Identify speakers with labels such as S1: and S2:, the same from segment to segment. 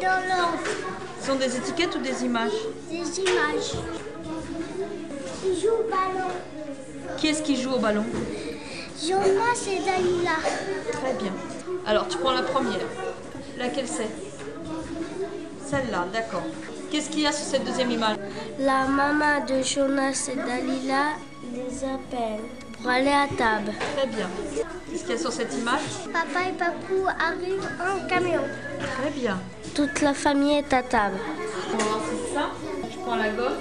S1: dans l'ordre
S2: Ce sont des étiquettes ou des images
S1: des images. Ils jouent au ballon.
S2: Qui est-ce qui joue au ballon
S1: Jonas et Dalila.
S2: Très bien. Alors, tu prends la première. Laquelle c'est Celle-là, d'accord. Qu'est-ce qu'il y a sur cette deuxième image
S1: La maman de Jonas et Dalila les appelle pour aller à table.
S2: Très bien. Qu'est-ce qu'il y a sur cette image
S1: Papa et Papou arrivent en camion.
S2: Très bien.
S1: Toute la famille est à table.
S2: On va voir si c'est ça. Tu prends la gomme.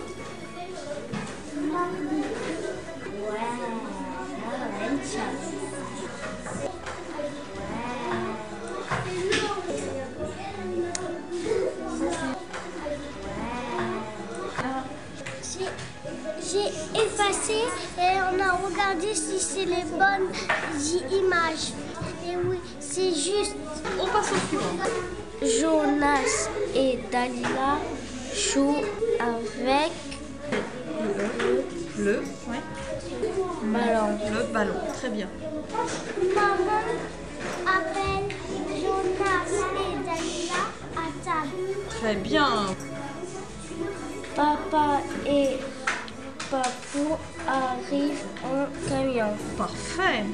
S1: J'ai j'ai effacé et on a regardé si c'est les bonnes i- images. Et oui, c'est juste.
S2: On passe au suivant.
S1: Jonas et Dalila jouent avec
S2: Le, ouais.
S1: ballon.
S2: le ballon. Très bien.
S1: Maman appelle Jonas et Dalila à table.
S2: Très bien.
S1: Papa et Papou arrivent en camion.
S2: Parfait.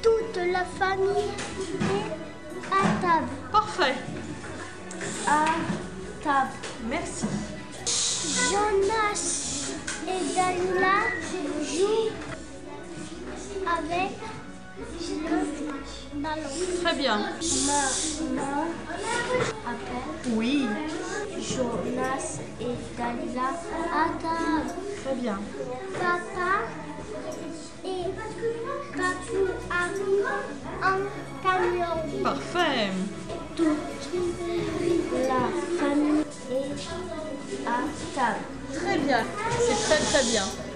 S1: Toute la famille est à table.
S2: Parfait.
S1: À table.
S2: Merci.
S1: Jonas et Dalila jouent avec le ballon.
S2: Très bien.
S1: Maman appelle
S2: Oui.
S1: Jonas et Dalila à table.
S2: Très bien.
S1: Papa et Papou arrivent en camion.
S2: Parfait.
S1: Toute la famille est à table.
S2: Très bien. C'est très très bien.